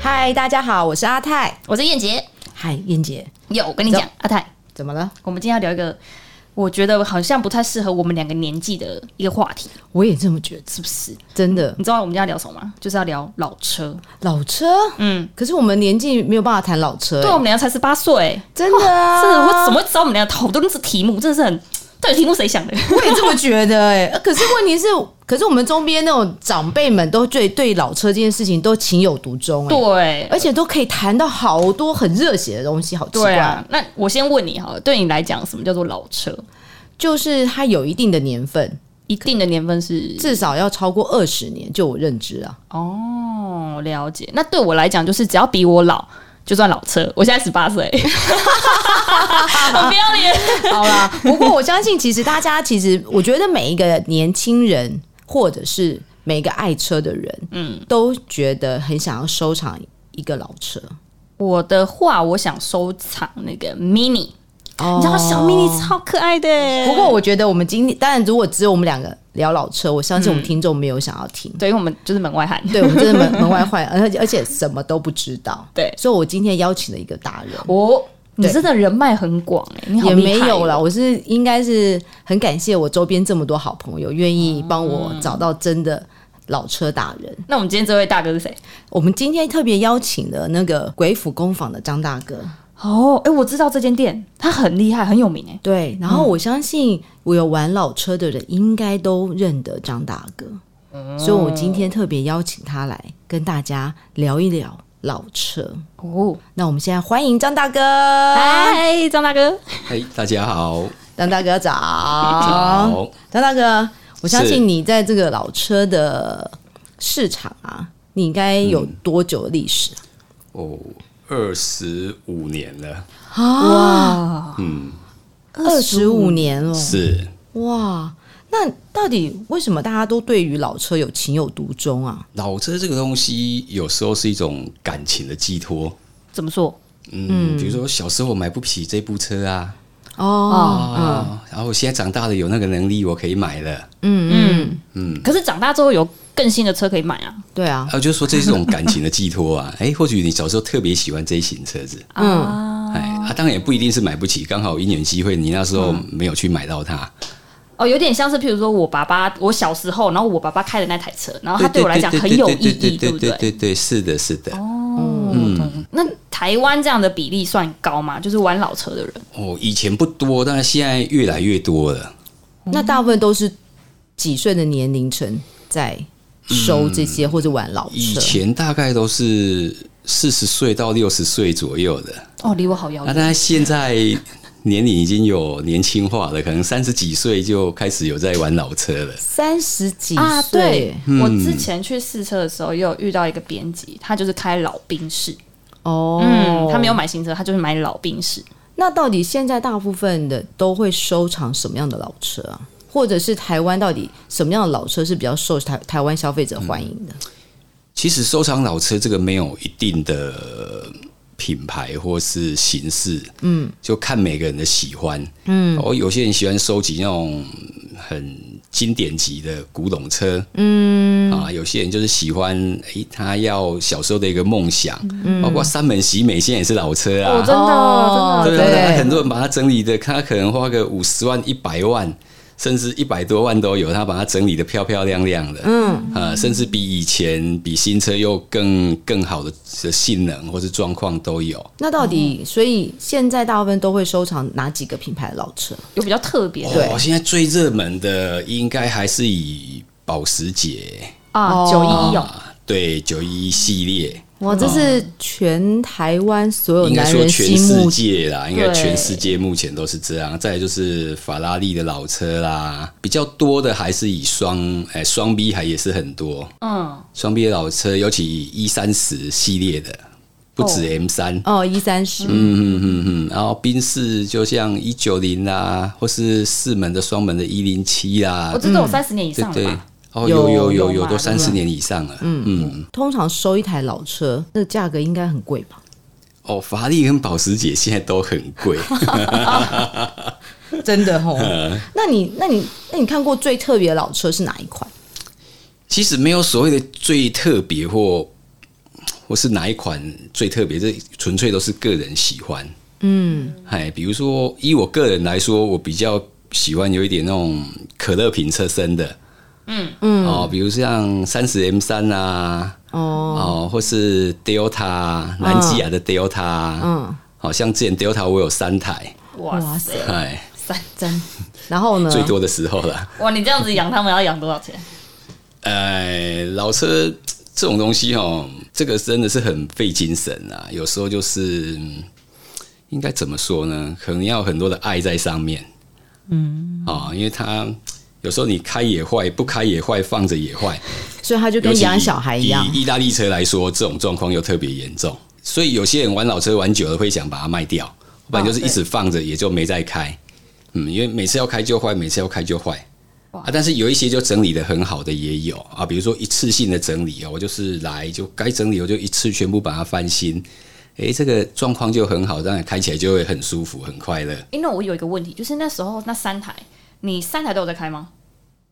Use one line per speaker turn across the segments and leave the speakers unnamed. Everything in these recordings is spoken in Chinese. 嗨，大家好，我是阿泰。
我是燕杰。
嗨，燕姐，
有，我跟你讲，阿泰，
怎么了？
我们今天要聊一个，我觉得好像不太适合我们两个年纪的一个话题，
我也这么觉得，
是不是？
真的。
你知道我们今天要聊什么吗？就是要聊老车。
老车，
嗯，
可是我们年纪没有办法谈老车、哎
对，啊我们俩才十八岁，
真的啊，
真的，我怎么会知道我们俩讨论这题目？真的是很，到底题目谁想的？
我也这么觉得哎、 呃可是问题是，可是我们周边那种长辈们都对对老车这件事情都情有独钟哎、
对，
而且都可以谈到好多很热血的东西，好奇怪。
对啊。那我先问你好了，对你来讲，什么叫做老车？
就是它有一定的年份，
一定的年份是
至少要超过二十年，就我认知啊。
哦，了解。那对我来讲，就是只要比我老。就算老车，我现在十八 岁， 很不要脸。
好啦，不过我相信，其实大家其实，我觉得每一个年轻人，或者是每一个爱车的人，嗯，都觉得很想要收藏一个老车。
我的话，我想收藏那个 mini，、
哦
你知道小 mini 超可爱的耶。
不过我觉得我们今天，当然如果只有我们两个聊老车，我相信我
嗯
们听众没有想要听。
对，因为我们就是门外汉。
对我们真的 门门外汉，而且而且什么都不知道。
对
所以我今天邀请了一个达人。
哦，你
对
真的人脉很广哎，你好
也
厉害
没有啦，
哦。
我是应该是很感谢我周边这么多好朋友，愿
哦
意帮我找到真的老车达人。
那我们今天这位大哥是谁？
我们今天特别邀请了那个鬼斧工坊的张大哥，
哦，哎、我知道这间店，他很厉害，很有名哎。
对，然后我相信我有玩老车的人应该都认得张大哥，所以我今天特别邀请他来跟大家聊一聊老车。
哦，
那我们现在欢迎张大哥，
嗨，张大哥，
嘿，大家好，
张大哥早，
好，
张大哥，我相
是
信你在这个老车的市场啊，你应该有多久的历史啊？
哦，二十五年了，
哇，
啊二十五年了，
是
哇，那到底为什么大家都对于老车有情有独钟啊？
老车这个东西，有时候是一种感情的寄托。
怎么说？
嗯，比如说小时候我买不起这部车啊，
哦，
啊，然后我现在长大了有那个能力，我可以买了。
嗯嗯，可是长大之后有更新的车可以买啊。
对啊
然，后就说这是一种感情的寄托啊，哎，或许你小时候特别喜欢这一型车子，
嗯，
哎，啊，当然也不一定是买不起，刚好有一年机会，你那时候没有去买到它，
哦，有点像是，譬如说我爸爸，我小时候，然后我爸爸开的那台车，然后他对我来讲很有意义，对
对
不
对
对？
对对，是的，是的。嗯
那台湾这样的比例算高吗？就是玩老车的人，
哦，以前不多，但是现在越来越多了。
那大部分都是几岁的年龄层在收这些或者玩老
嗯以
车？
前大概都是四十岁到六十岁左右的，
哦，离我好遥
那
远。
但是现在年龄已经有年轻化了，可能三十几岁就开始有在玩老车了。
三十几
啊，对
岁、，
嗯
我之前去试车的时候，也有遇到一个编辑，他就是开老兵式，
哦，
嗯，他没有。买新车，他就是买老兵式。
那到底现在大部分的都会收藏什么样的老车啊？或者是台湾到底什么样的老车是比较受台台湾消费者欢迎
嗯
的？
其实收藏老车这个没有一定的品牌或是形式，嗯，就看每个人的喜欢，嗯，哦，有些人喜欢收集那种很经典级的古董车，嗯，啊，有些人就是喜欢，诶、他要小时候的一个梦想，包括三门喜美现在也是老车啊，
真
哦
对啊，
对
很多人把它整理的，他可能花个五十万、一百万，甚至一百多万都有，他把它整理的漂漂亮亮的，嗯，呃，甚至比以前比新车又更更好的的性能或是状况都有。
那到底，所以现在大部分都会收藏哪几个品牌的老车？
有比较特别的
哦，现在最热门的应该还是以保时捷
啊，
哦
九一一哦，
啊，对九一一系列，
哇，这是全台湾所有
嗯应该
男
说
人
全
心
世
目
界啦，应该
对
全世界目前都是这样。再来就是法拉利的老车啦，比较多的还是以双哎双 B 还也是很多，
嗯，
双 B 的老车，尤其以 E 三十系列的，不止 M 三、
哦，一三十，
嗯嗯嗯嗯，然后宾士就像一九零啦，或是四门的双门的一零七啦
我，哦这种三十年以
对
上了
嗯对
吧，。
哦，有
有
有有有，
嘛
都
对
三
不
十
对
年以上了。嗯嗯，
通常收一台老车，那价格应该很贵吧？
哦，法拉利跟保时捷现在都很贵。
真的吼， 那你那你那你看过最特别的老车是哪一款？
其实没有所谓的最特别或或是哪一款最特别，这纯粹都是个人喜欢。嗯，哎，比如说以我个人来说，我比较喜欢有一点那种可乐瓶车身的。嗯嗯，哦，比如像三十 M 三啊，
哦，
哦，或是 Delta 啊南基亚的 Delta，嗯，好、像之前 Delta 我有三台，
哇塞，
哎，
三 针，
然后呢？
最多的时候了。
哇，你这样子养他们要养多少钱？
哎，老车这种东西哦，这个真的是很费精神啊。有时候就是嗯应该怎么说呢？可能要有很多的爱在上面。嗯，哦，因为它有时候你开也坏，不开也坏，放着也坏，
所以他就
尤
跟
其
养小孩一样，
以意大利车来说，这种状况又特别严重，所以有些人玩老车玩久了会想把它卖
哦
掉，不然就是一直放着，也就没再开。嗯，因为每次要开就坏，每次要开就坏。啊，但是有一些就整理的很好的也有啊，比如说一次性的整理哦，我就是来就该整理我就一次全部把它翻新，诶、这个状况就很好，当然开起来就会很舒服很快乐。
哎、那我有一个问题，就是那时候那三台，你三台都有在开吗？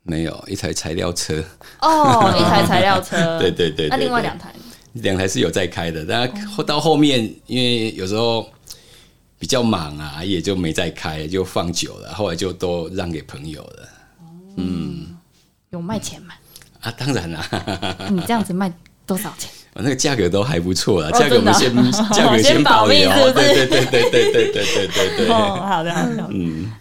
没有一台材料车，
哦，一台材料车，
对对对对
那另外
对
两台呢，
两台是有在开的，但后到后面因为有时候比较忙啊，也就没再开，就放久了，后来就都让给朋友了
有卖钱吗？
啊。当然啦、
你这样子卖多少钱？
那个价格都还不错啦，
哦
价格我们先
真的啊
价格
先保密
留，
是不是
对对对对对对对对对对。
哦，好的，好的，好的
嗯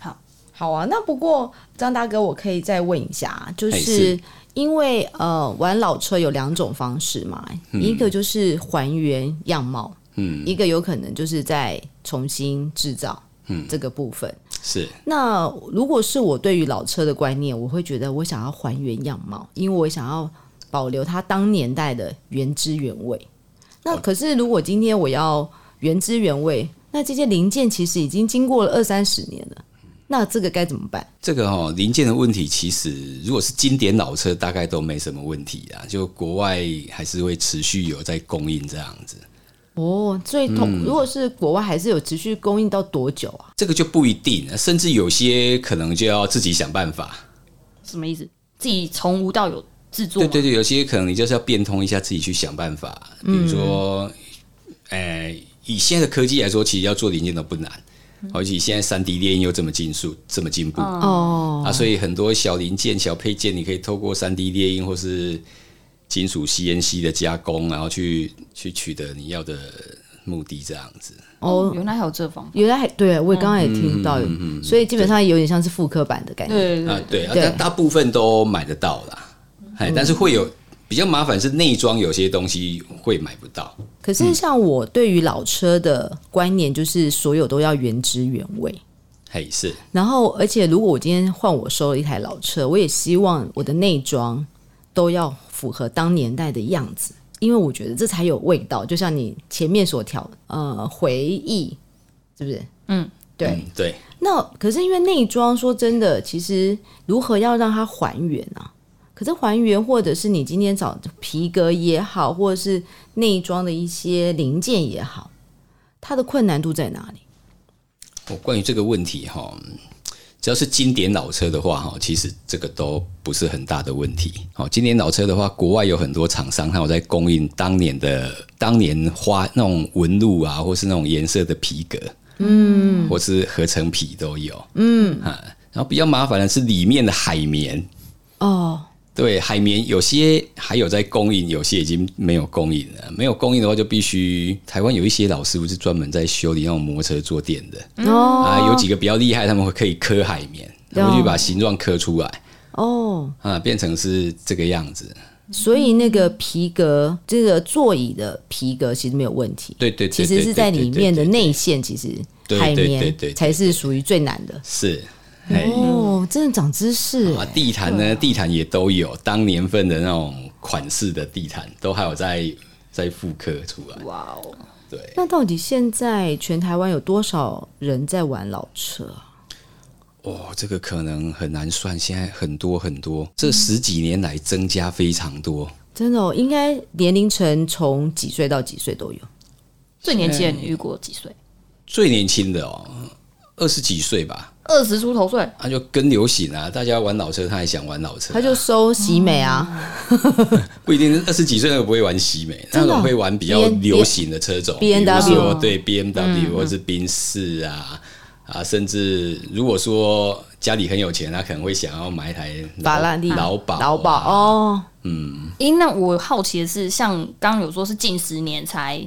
好啊，那不过张大哥，我可以再问一下，就
哎
是
是
因为呃，玩老车有两种方式嘛，
嗯
一个就是还原样貌，嗯，一个有可能就是在重新制造，嗯，这个部分。
是
那如果是我对于老车的观念，我会觉得我想要还原样貌，因为我想要保留它当年代的原汁原味。那可是如果今天我要原汁原味，那这些零件其实已经经过了二三十年了，那这个该怎么办？
这个哦，零件的问题，其实如果是经典老车，大概都没什么问题啊，就国外还是会持续有在供应这样子。
哦，所以同、如果是国外还是有持续供应到多久啊？
这个就不一定，甚至有些可能就要自己想办法。
什么意思？自己从无到有制作
对
吗？
对对，有些可能你就是要变通一下，自己去想办法。比如
嗯
说，呃，以现在的科技来说，其实要做零件都不难，而且现在三 D 列印又这么进速，这么进
嗯
步、
哦，
啊，所以很多小零件、小配件，你可以透过三 D 列印或是金属 CNC 的加工，然后去去取得你要的目的，这样子。
哦，原来还有这方法。
嗯
原来还对我也刚刚也听到有，所以基本上有点像是复刻版的感觉。
对对
啊
对，，
对
嗯
啊，
对嗯
但大部分都买得到啦，哎，但是会有比较麻烦是内装有些东西会买不到，
可是像我对于老车的观念，就是所有都要原汁原味。
嘿是，
然后，而且如果我今天换我收了一台老车，我也希望我的内装都要符合当年代的样子，因为我觉得这才有味道。就像你前面所调，呃，回忆是不是？
嗯，
对。
嗯对。
那可是因为内装，说真的，其实如何要让它还原啊？可是还原，或者是你今天找皮革也好，或者是内装的一些零件也好，它的困难度在哪里？
哦，关于这个问题哈，只要是经典老车的话哈，其实这个都不是很大的问题。哦，经典老车的话，国外有很多厂商，它有在供应当年的当年花那种纹路啊，或是那种颜色的皮革，嗯，或是合成皮都有，嗯啊。然后比较麻烦的是里面的海绵，
哦，
对，海绵有些还有在供应，有些已经没有供应了。没有供应的话，就必须台湾有一些老师傅是专门在修理那种摩托车坐垫的。
哦
啊，有几个比较厉害，他们会可以刻海绵，他们去把形状刻出来
哦，
啊，变成是这个样子。
所以那个皮革，这个座椅的皮革其实没有问题，
对对对，
其实是在里面的
对对
内线，其实
对对
海
对
绵
对对
才是属于最难的。
是。哎，
哦，真的长知识
啊
欸，
地毯呢？地毯也都有当年份的那种款式的地毯，都还有在在复刻出来。
哇哦，
对，
那到底现在全台湾有多少人在玩老车啊？
哦，这个可能很难算，现在很多很多，这十几年来增加非常多。
真的、哦，应该年龄层从几岁到几岁都有。
最年轻人你遇过几岁？
最年轻的哦，二十几岁吧，
二十出头岁，
他就跟流行啊，大家玩老车，他也想玩老车、啊
他就收喜美啊，
不一定二十几岁那个不会玩喜美，那
真的哦
种会玩比较
B N-
流行的车种
B&W
比如说对 B M
嗯
W 或是宾士啊啊，甚至如果说家里很有钱，他可能会想要买一台
法拉利、
劳保、
劳保，哦，
诶、那我好奇的是，像刚刚有说是近十年才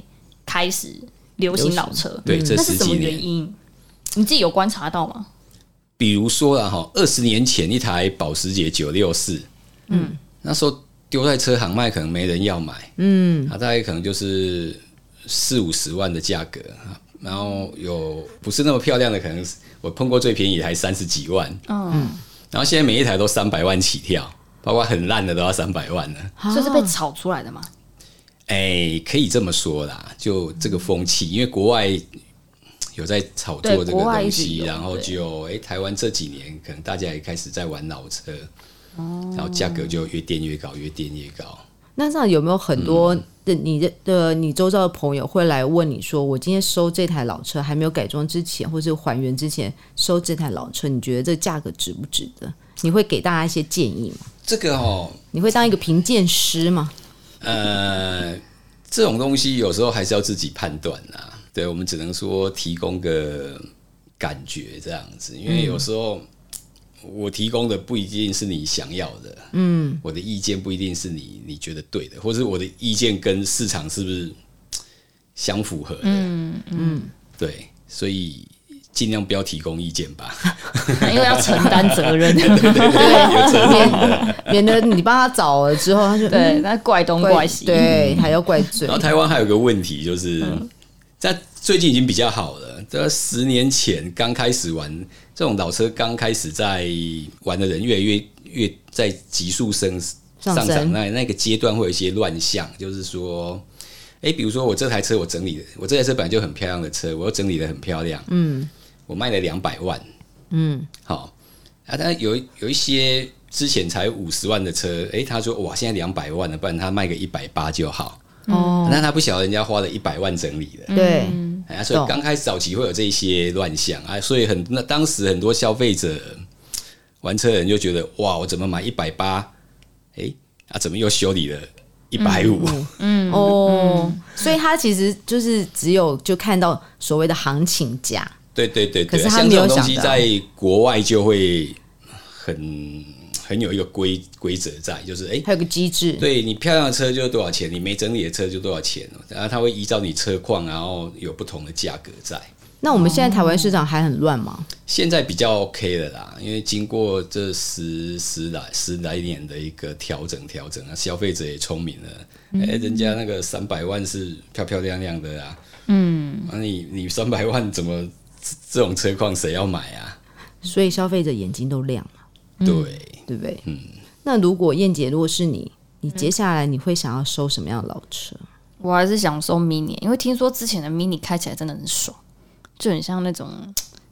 开始流行老车，
对，这
那
十
是什
几
么
年
原因？你自己有观察到吗？
比如说啦，哈，二十年前一台保时捷九六四，嗯，那时候丢在车行卖，可能没人要买，嗯，它大概可能就是四五十万的价格啊然后有不是那么漂亮的，可能是我碰过最便宜的还三十几万，
嗯，
然后现在每一台都三百万起跳，包括很烂的都要三百万了。
所以是被炒出来的嘛？
哎、可以这么说啦，就这个风气，因为国外有在炒
对
作这个
国外
东
一直
西，
有
然后就哎、台湾这几年可能大家也开始在玩老车，
哦
然后价格就越垫越高，越垫越高。
那这样有没有很多的你的的你周遭的朋友会来问你说，我今天收这台老车还没有改装之前，或是还原之前收这台老车，你觉得这价格值不值得？你会给大家一些建议吗？
这个哦，
你会当一个评鉴师吗？
呃，这种东西有时候还是要自己判断啦。对我们只能说提供个感觉这样子，因为有时候。我提供的不一定是你想要的，嗯，我的意见不一定是你你觉得对的，或者我的意见跟市场是不是相符合的，嗯嗯，对，所以尽量不要提供意见吧，
因为要承担责任，
对， 免免得你帮他找了之后，他就
对，那怪 东怪嗯西，
对，还要怪罪
然。后台湾还有个问题就是，在最近已经比较好了。这十年前刚开始玩这种老车，刚开始在玩的人越来越越在急速升
上
上
升
涨那那个阶段，会有一些乱象，就是说。诶，比如说我这台车我整理的，我这台车本来就很漂亮的车，我又整理的很漂亮，嗯，我卖了两百万，嗯，好啊，但有一有一些之前才五十万的车，诶，他说哇，现在两百万了，不然他卖个一百八就好，
哦，
那他不晓得人家花了一百万整理的，
对，
嗯
哎呀，所以
懂
刚开始早期会有这一些乱象啊，所以很那当时很多消费者玩车的人就觉得哇，我怎么买一百八，哎啊，怎么又修理了一百五？
嗯
嗯
哦，所以他其实就是只有就看到所谓的行情价，
对对对
可
对，
是他
像
没
这
有
种东西
想到
在国外就会很很有一个规规则在，就是哎。
还有个机制，
对你漂亮的车就多少钱，你没整理的车就多少钱，然后他会依照你车况，然后有不同的价格在。
那我们现在台湾市场还很乱吗？
现在比较 OK 了啦，因为经过这十十来十来年的一个调整调整啊，消费者也聪明了，
嗯
哎、人家那个三百万是漂漂亮亮的啊，嗯，那、你你三百万怎么这这种车况谁要买啊？
所以消费者眼睛都亮了，
嗯
对，
对不对？嗯。那如果燕姐，如果是你，你接下来你会想要收什么样的老车？
我还是想收 mini，因为听说之前的 mini 开起来真的很爽，就很像那种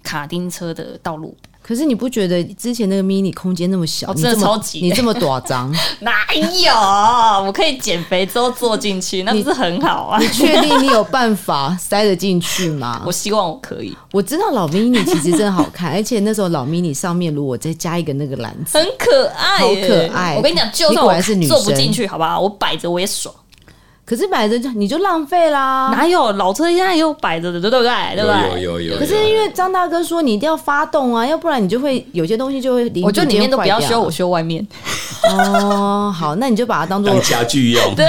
卡丁车的道路。
可是你不觉得之前那个 mini 空间那么小，
哦
你
真的
这么
超级
你 这么短张，
哪有？ 我可以减肥之后坐进去，那不是很好啊？
确定你有办法塞得进去吗？
我希望我可以，
我知道老 mini 其实真的好看，而且那时候老 mini 上面如果再加一个那个篮子，
很可爱耶、
好可爱
我跟你讲，就
你
算
果
我
然是女生
坐不进去，好不好？我摆着我也爽。
可是摆着就你就浪费啦。
啊哪有老车现在也有摆着的，对不对？对
有
不对？
有有有有，
可是因为张大哥说你一定要发动啊，要不然你就会有些东西就会零
我就
组件
里面都不要
坏掉
修，我修外面。
哦。好，那你就把它当做
当家具用，
对，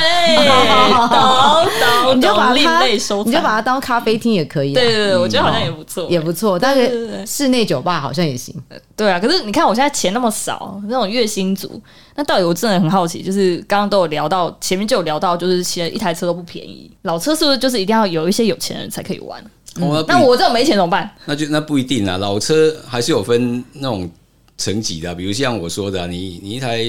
懂懂，
你就把
懂另
它，
类收藏，
你就把它当咖啡厅也可以啊，
对对对，我觉得好像也不错，
也不错。但
对对
是
对
室内酒吧好像也行。
对啊。可是你看我现在钱那么少，那种月薪族，那到底我真的很好奇，就是刚刚都有聊到，前面就有聊到，就是其实一台车都不便宜，老车是不是就是一定要有一些有钱人才可以玩？
哦
那
不
我这种没钱怎么办？
那就那不一定啦，老车还是有分那种层级的啊、比如像我说的啊、你你一台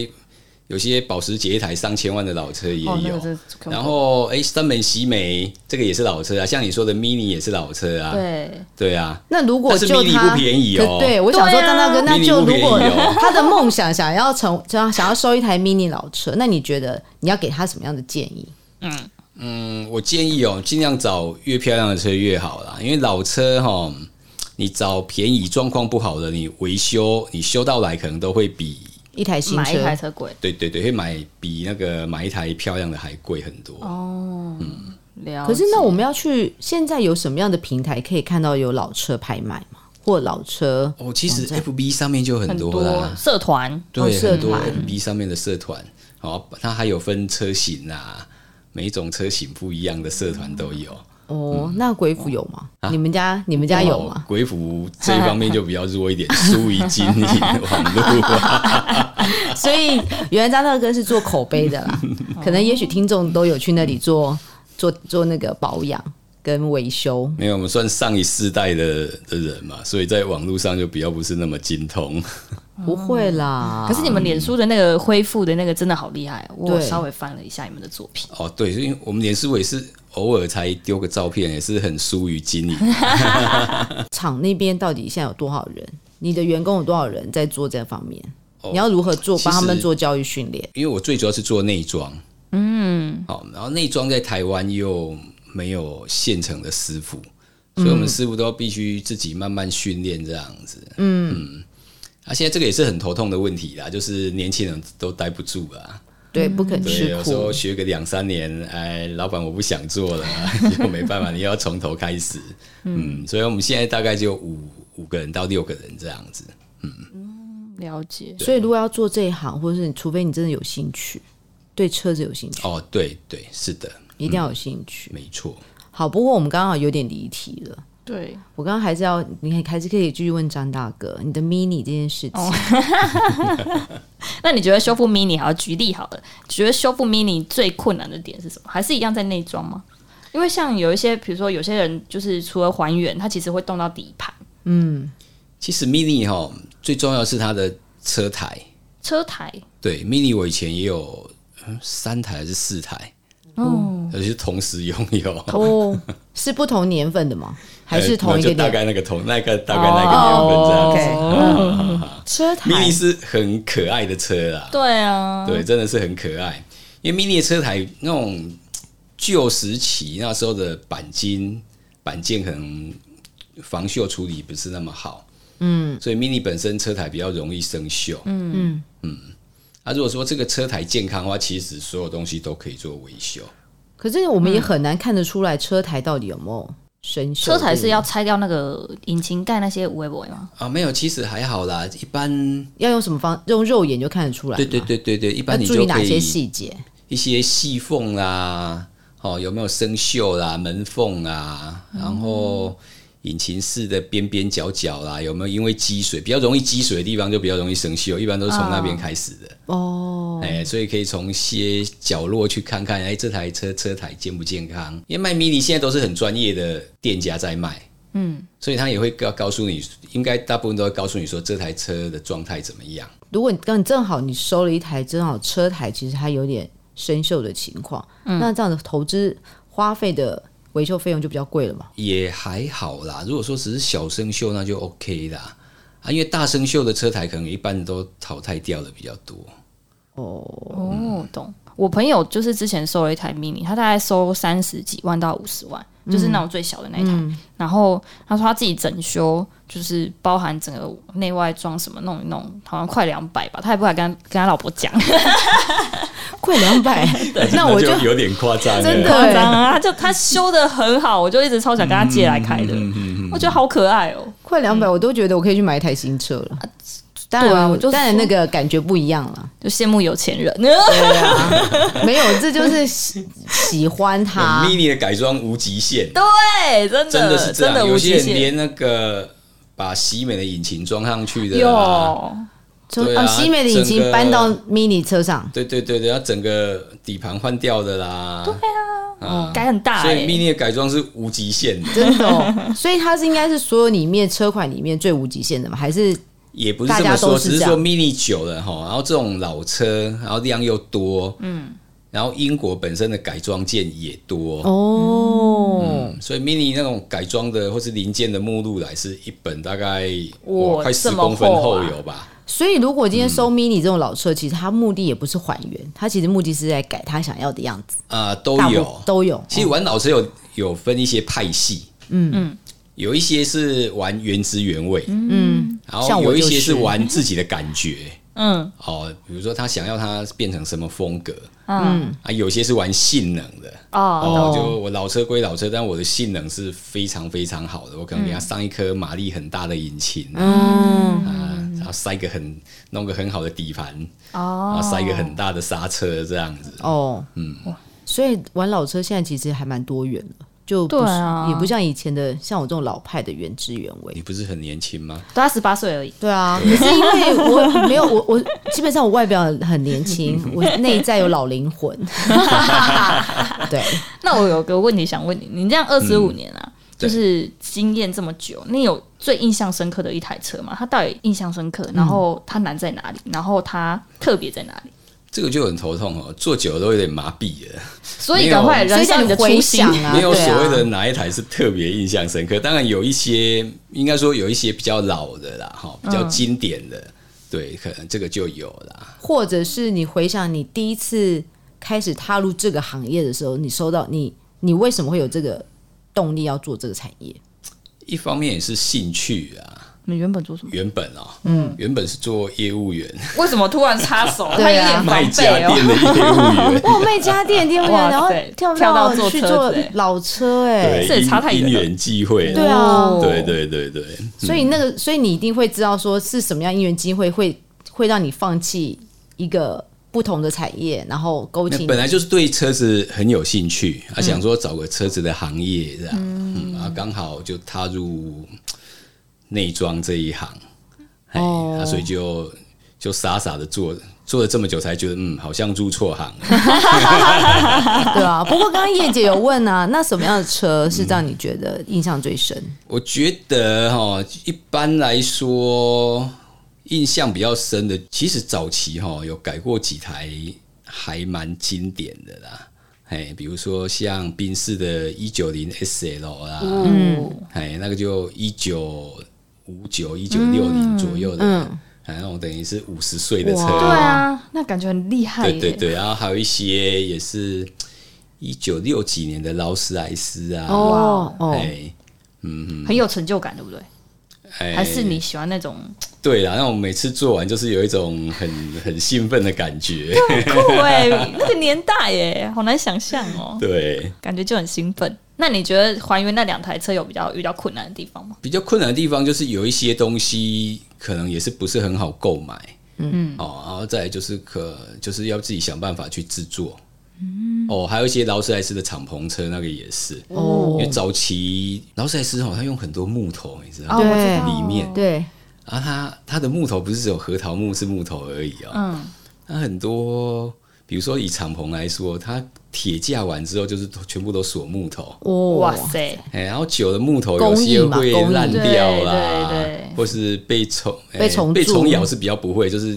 有些保时捷一台上千万的老车也有，
哦那个真的看不
然后哎、三本喜美这个也是老车啊，像你说的 Mini 也是老车啊，
对，
对啊，
那如果
但是
就
mini
他
不便宜哦
可对我想说
对啊
张大哥，那
mini
就
不
如
便宜
果
哦
他的梦想想要成想想要收一台 mini 老车，那你觉得你要给他什么样的建议？
嗯，我建议哦，尽量找越漂亮的车越好啦，因为老车哈、你找便宜、状况不好的，你维修，你修到来可能都会比
一台新
买一
车，
台车贵
对对对，会买比那个买一台漂亮的还贵很多。
哦。了
可是
解
那我们要去，现在有什么样的平台可以看到有老车拍卖吗？或老车？
哦，其实 FB 上面就很
很
多啦，
社团
哦
对，
社
很多
团
FB 上面的社团，哦，它还有分车型啊，每一种车型不一样的社团都有。嗯
哦，那鬼斧有吗？
啊
你们家你们家有
哦
吗？
鬼斧这一方面就比较弱一点，疏于经营网 络啊。
所以原来张大哥是做口碑的 啦，可能也许听众都有去那里做做做那个保养跟维修。
没有，我们算上一世代的的人嘛，所以在网络上就比较不是那么精通。
嗯
不会啦，
可是你们脸书的那个恢复的那个真的好厉害，我
对
稍微翻了一下你们的作品，
哦，对，因为我们脸书也是偶尔才丢个照片，也是很疏于经营。
厂那边到底现在有多少人？你的员工有多少人在做这方面？你要如何做
哦其实
帮他们做教育训练？
因为我最主要是做内装，嗯，好，然后内装在台湾又没有现成的师傅，所以我们师傅都必须自己慢慢训练这样子，嗯啊，现在这个也是很头痛的问题啦，就是年轻人都待不住啊，
对，不肯
对，
吃
有时候
苦，
学个两三年，哎，老板我不想做了， 又没办法，你又要从头开始，嗯，所以我们现在大概就五五个人到六个人这样子，
了解。
所以如果要做这一行，或者是你除非你真的有兴趣，对车子有兴趣，
哦，对对，是的，
一定要有兴趣。
没错。
好，不过我们刚好有点离题了。
对，
我刚刚还是要，你还是可以继续问张大哥你的 mini 这件事情。
哦那你觉得修复 mini 好，举例好了，觉得修复 mini 最困难的点是什么？还是一样在内装吗？因为像有一些，比如说有些人就是除了还原，他其实会动到底盘、
其实 Mini 哈，最重要是它的车台。
车台，
对，Mini 我以前也有嗯三台还是四台，
哦，
而且是同时拥有，
哦，是不同年份的吗？还是同一个哦
呃就大
年？
概那个同那个大概那个年份这样子。嗯
车台
Mini 是很可爱的车啦，
对啊，
对，真的是很可爱。因为 Mini 的车台那种旧时期那时候的钣金钣件可能防锈处理不是那么好，嗯，所以 Mini 本身车台比较容易生锈，嗯嗯啊，如果说这个车台健康的话，其实所有东西都可以做维修。
可是我们也很难看得出来车台到底有没有生锈。
车台是要拆掉那个引擎盖那些无为不为吗？
啊，没有，其实还好啦，一般，
要用什么方用肉眼就看得出来吗？
对对对对对，一
要
般你
注意
就
哪
可
些
以
细节？
一些细缝啦，哦，有没有生锈啦、门缝啊，
嗯
然后引擎室的边边角角啦，有没有因为积水比较容易积水的地方就比较容易生锈，一般都是从那边开始的。
哦，
哎、所以可以从一些角落去看看，哎、这台车车台健不健康？因为卖 mini 现在都是很专业的店家在卖，嗯，所以他也会告告诉你，应该大部分都会告诉你说这台车的状态怎么样。
如果你刚正好你收了一台，正好车台其实它有点生锈的情况，那这样的投资花费的维修费用就比较贵了嘛？
也还好啦。如果说只是小生锈，那就 OK 啦。啊，因为大生锈的车台可能一般都淘汰掉的比较多。
哦，懂。我朋友就是之前收了一台 mini，他大概收三十几万到五十万，就是那种最小的那一台。然后他说他自己整修，就是包含整个内外装什么弄一弄，好像快两百吧。他也不敢跟他跟他老婆讲，
贵两百， 那我就
有点夸张了
真的
夸张啊！他就他修的很好，我就一直超想跟他借来开
嗯
的，我觉得好可爱哦、
快两百，我都觉得我可以去买一台新车了。当然，
我就说
当然那个感觉不一样了。
就羡慕有钱人。
对啊， 没有，这就是喜喜欢它。
mini 的改装无极 限，
对，真的
真的是这
真
样。
的无
有些
极
人
限。
连那个把喜美的引擎装上去的、啊，
有
从
对
哦，
啊
西美的已
整
经
个
搬到 mini 车上，
对对对对，要整个底盘换掉的啦。对啊，
改很大、
所
欸
以 mini 的改装是无极限的，
真的、哦。 所以它是应该是所有里面车款里面最无极限的嘛？还是
也不是这么
大家都
说，
是
只是
这
说
样
mini 久了哈，然后这种老车，然后量又多，嗯，然后英国本身的改装件也多，
哦？
嗯，所以 mini 那种改装的或是零件的目录来是一本大概
哇
哇快
这
十
么
公分
厚啊
厚有吧，
所以如果今天收
嗯
mini 这种老车，其实它目的也不是还原，它其实目的是在改它想要的样子，
啊、都
大部
有。
都有。
其实玩老车有有分一些派系，嗯嗯，有一些是玩原汁原味，
嗯，
然
像
后
我
有一
就
些是
是
玩自己的感觉。
嗯
哦，比如说他想要它变成什么风格
嗯
啊？有些是玩性能的
哦
哦，就我老车归老车，但我的性能是非常非常好的，我可能给它上一颗马力很大的引擎，
嗯
啊，然后塞一个很弄个很好的底盘，然
哦
后塞一个很大的刹车这样子。
哦，嗯，所以玩老车现在其实还蛮多元的，就不
对
是
啊
也不像以前的像我这种老派的原汁原味。
你不是很年轻吗？
都他十八岁而已，
对啊，可是因为我没有我我基本上我外表很年轻，
嗯
我内在有老灵 魂。对，
那我有个问题想问你，你这样二十五年啊，就
嗯对
是经验这么久，你有最印象深刻的一台车吗？它到底印象深刻，然
嗯
后它难在哪里，然后它特别在哪里？
这个就很头痛哦，坐久了都有点麻痹了。
所以
没有
赶快燃
所以
烧
叫
你
你
的
回
初心
想。 啊，
没有
对啊
所谓的哪一台是特别印象深刻，当然有一些，应该说有一些比较老的啦，哈，比
嗯
较经典的，对，可能这个就有啦。
或者是你回想你第一次开始踏入这个行业的时候，你收到你你为什么会有这个动力要做这个产业？
一方面也是兴趣啊，
你原本做什么？
原本哦，嗯，原本是做业 务员，
为什么突然插手？ 他
对
有
啊。
点
卖
防备
家
哦。
电的业务 员
哇，卖哦家电店员，
哇
然后
塞
跳
跳到坐
去
车
做
子欸
老车、哎，
对，
这也差太远
因
了
因缘际会，
对啊
哦
对对对对，
所以那个，所以你一定会知道说是什么样因缘机会会会让你放弃一个不同的产业，然后勾起
那
你
本来就是对车子很有兴趣，啊，想说找个车子的行业这样，嗯，啊，刚好就踏入内装这一行，哎、
哦
啊，所以就就傻傻的做，做了这么久才觉得，嗯，好像入错行了。
对 啊。不过刚刚叶姐有问啊，那什么样的车是让你觉得印象最深？
我觉得哈，一般来说，印象比较深的，其实早期哈有改过几台，还蛮经典的啦。哎，比如说像宾士的190 SL 啦，
嗯，
哎，那个就一九五九、一九六零左右的，
嗯
哎，那种等于是五十岁的车，
哇
对啊，那感觉很厉害
对
耶。
对对，然后还有一些也是一九六几年的劳斯莱斯啊，
哦哦，
哎，
很有成就感，对不对？
哎
还是你喜欢那种
对啊啦，那我每次做完就是有一种很很兴奋的感觉，
酷哎、那个年代耶、好难想象哦、
对。
感觉就很兴奋。那你觉得还原那两台车有比较遇到困难的地方吗？
比较困难的地方就是有一些东西可能也是不是很好购买，嗯哦，然后再来就是可就是要自己想办法去制作，嗯哦，还有一些劳斯莱斯的敞篷车那个也是，因
哦
为早期劳斯莱斯哦，它用很多木头，你知道
哦，
吗？
我
对
知道
里面
对，
啊，它它的木头不是只有核桃木是木头而已哦，
嗯，
它很多，比如说以敞篷来说，它铁架完之后就是全部都锁木头，
哦
哇塞，
哎，然后久了木头
工
有
艺
些
嘛
会
工艺
烂掉啦，
对对对
或是被虫哎
被虫
被虫
蛀
咬是比较不会，就是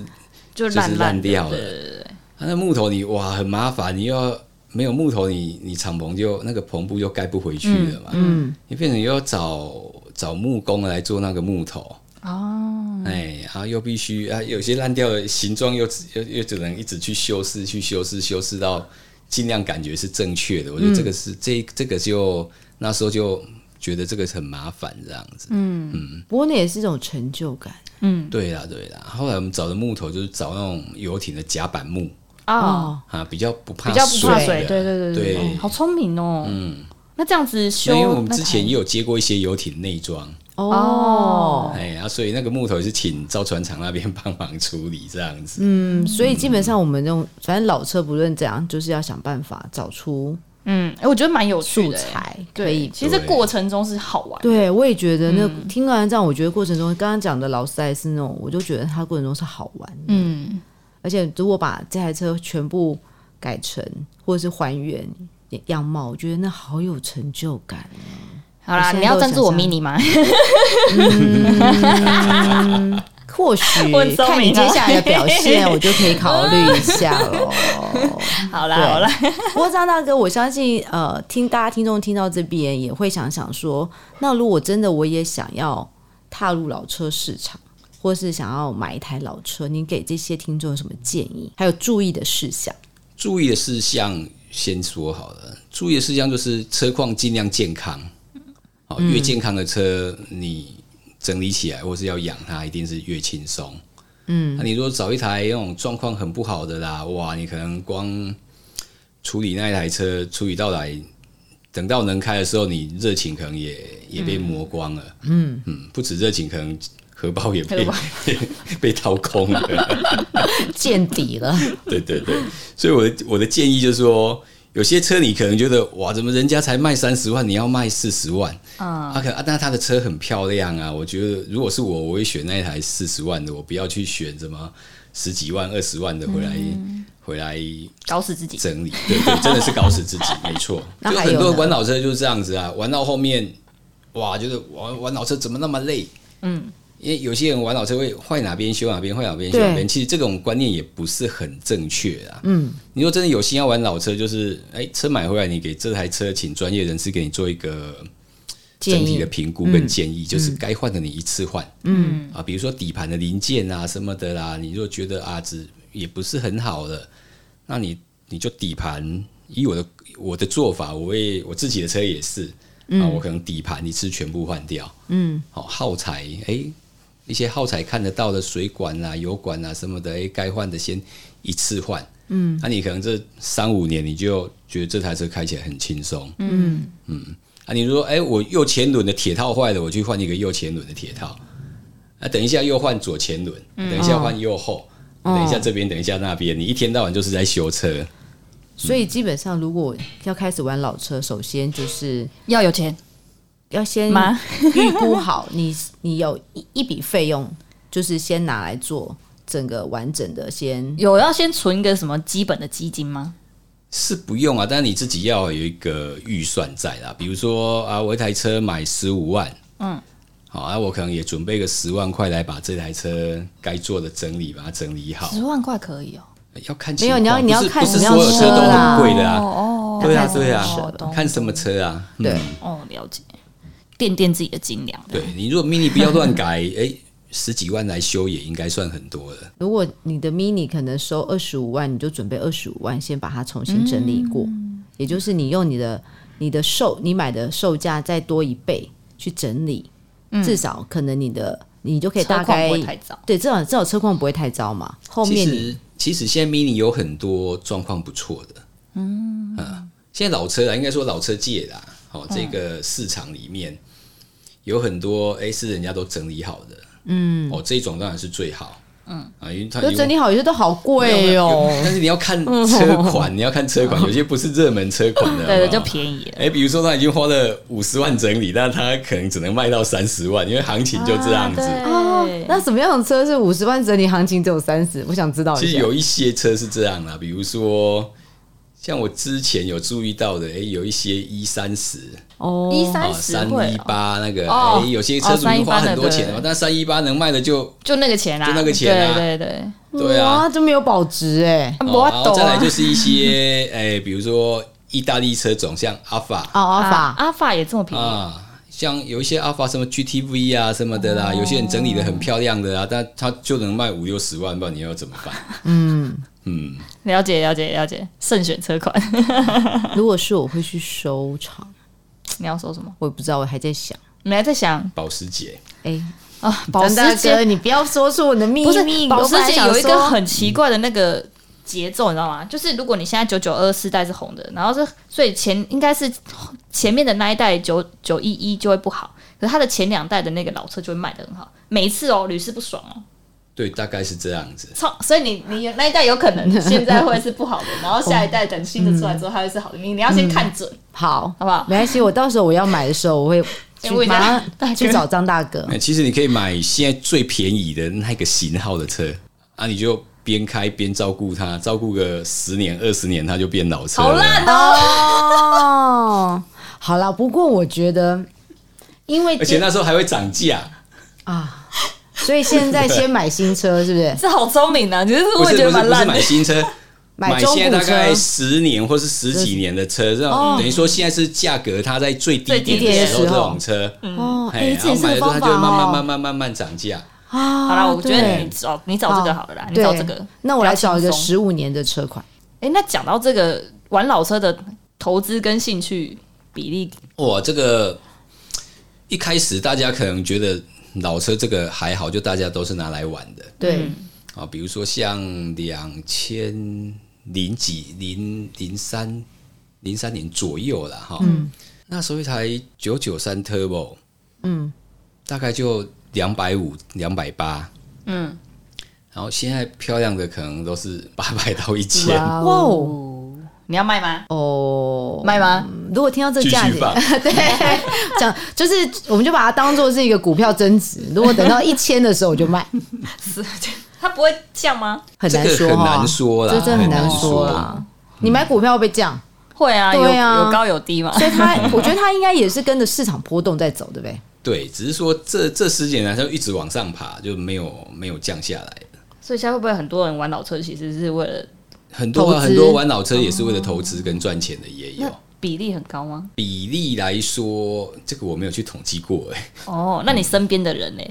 就
就是
烂
烂
的
掉
对
了
对对对
它那木头你哇很麻烦，你又要没有木头你你敞篷就那个篷布就盖不回去了嘛，
嗯，
你变成又要找找木工来做那个木头，
哦，
哎，然后又必须啊有些烂掉的形状又只又又只能一直去修饰去修饰修饰到尽量感觉是正确的，我觉得这个是、这这个就那时候就觉得这个很麻烦这样子。
不过那也是一种成就感。
嗯
对啦，对啦。后来我们找的木头就是找那种游艇的甲板木
啊，
哦，
啊，比较不怕
比较不怕水，
的
对对对
对
哦好聪明哦。嗯，那这样子修，
那因为我们之前也
有
有接过一些游艇内
哦
装，
哦，
哎，啊，所以那个木头也是请造船厂那边 帮忙处理这样子。
嗯，所以基本上我们这种，反正老车不论怎样，就是要想办法找出
嗯，哎，我觉得蛮有趣
素
的哎，
材可
对，
以。
其实这过程中是好玩的，
对，我也觉得那
嗯
听完这样，我觉得过程中刚刚讲的劳斯莱斯那种，我就觉得它过程中是好玩的。
嗯，
而且如果把这台车全部改成或者是还原样貌，我觉得那好有成就感。啊
好
我
啦，
现在
你要
都
赞助
想
我
象
mini 吗？
或许
我很聪
看你
明啊
接下来的表现，我就可以考虑一下喽。
好啦
对
好啦，
不过张大哥，我相信呃，听大家听众听到这边也会想想说，那如果真的我也想要踏入老车市场，或是想要买一台老车，您给这些听众有什么建议，还有注意的事项？
注意的事项先说好了，注意的事项就是车况尽量健康。哦，越健康的车，你整理起来或是要养它，一定是越轻松。嗯，那、你如果找一台那种状况很不好的啦，哇，你可能光处理那一台车，处理到来，等到能开的时候，你热情可能也也被磨光了。嗯嗯，不止热情，可能荷包也被
荷包
被掏空了。
见底 了，
对对对，所以我的我的建议就是说，有些车你可能觉得哇，怎么人家才卖三十万，你要卖四十万？啊，可啊，但他的车很漂亮啊，我觉得如果是我，我会选那台四十万的，我不要去选什么十几万、二十万的回来、回来
搞死自己。
整理。对对，真的是搞死 自己，没错。
那
就
还有
很多
呢
玩老车就是这样子啊，玩到后面，哇，就是玩玩老车怎么那么累？
嗯，
因为有些人玩老车会坏哪边修哪边，坏哪边修哪边，
对
其实这种观念也不是很正确啊。嗯，你说真的有心要玩老车，就是哎、车买回来，你给这台车请专业人士给你做一个整
建
体的
议
评估跟建
嗯
议，就是该换的你一次换，嗯啊，比如说底盘的零件啊什么的啦，你如果觉得啊只也不是很好的，那你你就底盘，以我的我的做法，我会我自己的车也是，啊，我可能底盘一次全部换掉，嗯，好耗材，哎、一些耗材看得到的水管啊、油管啊什么的，哎、该换的先一次换。嗯，那、你可能这三五年你就觉得这台车开起来很轻松，啊，你说，哎、我右前轮的铁套坏了，我去换一个右前轮的铁套。啊，等一下又换左前轮，等一下换右后，啊等一下这边，等一下那边，你一天到晚就是在修车。
所以基本上如果要开始玩老车，首先就是
要有钱
要先
吗？
预估好你你有一一笔费用，就是先拿来做整个完整的先。
有要先存一个什么基本的基金吗？
是不用啊，但是你自己要有一个预算在啦。比如说啊，我一台车买十五万，
嗯，
好啊，我可能也准备个十万块来把这台车该做的整理，把它整理好。
十万块可以哦。
要看
没有
情
你要
况
你要
不是
看
不是
什
所
么
有车都
车啦
很贵的啊，
哦
对啊
看什么
对啊
车，
看什么车啊？嗯
对，
哦，了解，垫垫自己的斤两。
对你如果 mini 不要乱改， 哎、十几万来修也应该算很多了。
如果你的 mini 可能收二十五万，你就准备二十五万先把它重新整理过，
嗯
也就是你用你的你的售你买的售价再多一倍去整理，至少可能你的你就可以
嗯车
大
况
概
不会太早
对，至少至少车况不会太糟嘛。后
其
面你
实其实现在 mini 有很多状况不错的，嗯现在老车啦，应该说老车界啦，哦，这个市场里面有很多哎、是人家都整理好的，嗯，哦这种当然是最好，嗯啊，因为它
就整理好，有些都好贵哦、
有但是你要看车款，你要看车款，有些不是热门车款 的，
对对，
好不
就
好
便宜了。
哎、比如说他已经花了五十万整理，但他可能只能卖到三十万，因为行情就这样子。
哦
啊对，
那什么样的车是五十万整理行情只有三十？我想知道一
其实
下。
有一些车是这样啦，比如说像我之前有注意到的，哎、有一些一三十
哦，
一三
啊、
十
三
会
一
哦
八那个，哎、
哦
有些车主就花很多钱
哦318
嘛
的对，
但三一八能卖的就
就那个钱啦，
就那个钱啊
对对对，
对啊。
哇，就没有保值哎、
啊
哦
没办法
然
啊
后再来就是一些，哎、比如说意大利车种，像 阿法
哦，阿
啊
法，
阿法也这么便宜，
啊。像有一些阿法什么 GTV 啊什么的啦，有些人整理的
哦
很漂亮的啊，但他就能卖五六十万，不然你要怎么办？嗯嗯，
了解了解了解，慎选车款。
如果是我会去收藏，
你要说什么？
我也不知道，我还在想。
你还在想
保时捷，
哎、
啊？保时
张大哥，
捷
你不要说出我的秘
不是
密。
保
我
时
本来
捷
想
有一个
说
很奇怪的那个节奏，你知道吗？就是如果你现在九九二四代是红的，然后是所以前应该是前面的那一代九九一一就会不好，可是它的前两代的那个老车就会卖的很好，每一次哦屡试不爽哦。
对，大概是这样子。
操！所以你你那一代有可能现在会是 不好的，然后下一代等新的出来之后，它会是好的。你你要
嗯
先看准，
好，
好不好？
没关系，我到时候我要买的时候，我会去
问一下
马
大哥
上去找张大 哥。
哎，其实你可以买现在最便宜的那个型号的车啊，你就边开边照顾它，照顾个十年二十年，它就变老车
好
了。
烂哦！
哦，好啦，不过我觉得，因为
而且那时候还会涨价，
啊，所以现在先买新车是不是？
这好聪明啊！其实
不
我也
是
觉
不
得蛮
是不是
烂的
买。新车，
买中
现在
古
大概
车。
十年或是十几年的车，这种等于说现在是价格它在最低
最低
点
点
的
的
时候，
时
这
候
种车，
哦，哎、
哎，
这
然
也是
后买
个
了之后
方
它
法
就会慢慢慢
哦。
慢慢慢涨价。
啊，
好啦，我觉得
对哦
你找你找这个好了啦，你
对
找这个。
那我来找一个
比较轻松
十五年的车款。
哎，那讲到这个玩老车的投资跟兴趣比例，
哇，这个一开始大家可能觉得老车这个还好，就大家都是拿来玩的
对，
啊，比如说像两千零几零零三零三年左右了哈，那时候一台九九三 Turbo，
嗯，
大概就两百五两百八，
嗯，
然后现在漂亮的可能都是八百到一千，
哇哦，你要卖吗？
哦，
卖吗？
如果听到这
继
价
续
钱，
放。
对，讲就是我们就把它当做是一个股票增值。如果等到一千的时候我就卖，
它不会降吗？
很
这
难
个
说
很
哈
难，说啦，
这真的很难说
啦。
啦。你买股票会被 降，
会啊，有
对啊
有高有低嘛。
所以它，我觉得它应该也是跟着市场波动在走，对不对？
对，只是说这这十几年来它就一直往上爬，就没有没有降下来。
所以现在会不会很多人玩老车，其实是为了
很多
投资
啊
哦
很多玩老车也是为了投资跟赚钱的也有。
比例很高吗？
比例来说，这个我没有去统计过、哎，
哦，那你身边的人呢？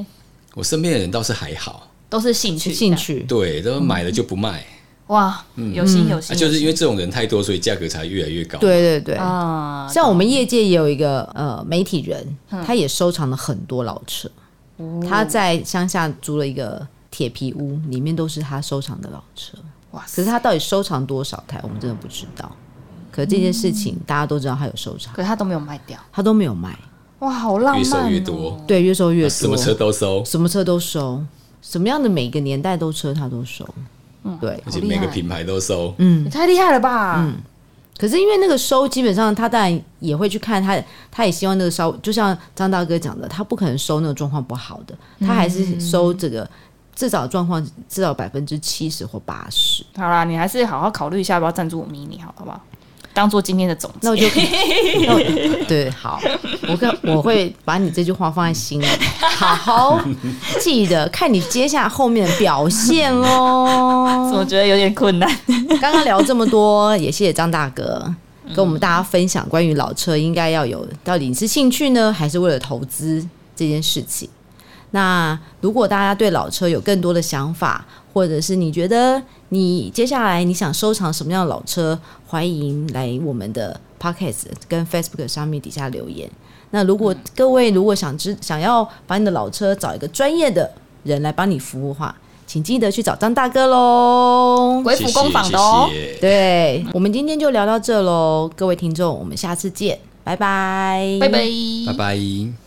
我身边的人倒是还好，
都是兴趣，
兴趣，
对，
嗯
都买了就不卖，
哇，嗯有心有
啊
心，
就是因为这种人太多，所以价格才越来越高。，
对对对。
啊，
像我们业界也有一个呃媒体人，他也收藏了很多老车。他在乡下租了一个铁皮屋，里面都是他收藏的老车。
哇
可是他到底收藏多少台，我们真的不知道。可这件事情大家都知道他有收藏，
可是他都没有卖掉，
他都没有卖，
哇，好浪
越
漫、
收
哦，
越多，
对，越收越多，
什么车都收，
什么车都收，什么样的每个年代都车他都收。对，
而且每
好厉害
个
嗯
品牌都收。
也太厉害了吧！
可是因为那个收，基本上他当然也会去看他，他也希望那个稍，就像张大哥讲的，他不可能收那个状况不好的，他还是收这个至少状况至少百分之七十或八十。
好啦，你还是好好考虑一下，要不要赞助我迷你，好好不好？当做今天的总结。
那我就那我对，好，我跟我会把你这句话放在心里，好好记得看你接下来后面的表现哦。
怎么觉得有点困难？
刚刚聊这么多，也谢谢张大哥跟我们大家分享关于老车应该要有，到底你是兴趣呢，还是为了投资这件事情？那如果大家对老车有更多的想法，或者是你觉得你接下来你想收藏什么样的老车，欢迎来我们的 Podcast 跟 Facebook 上面底下留言。那如果各位如果想知想要把你的老车找一个专业的人来帮你服务的话，请记得去找张大哥喽。
鬼
谢
斧
谢，
工坊的哦
谢。谢
对，我们今天就聊到这喽，各位听众，我们下次见，拜拜，
拜拜，
拜拜。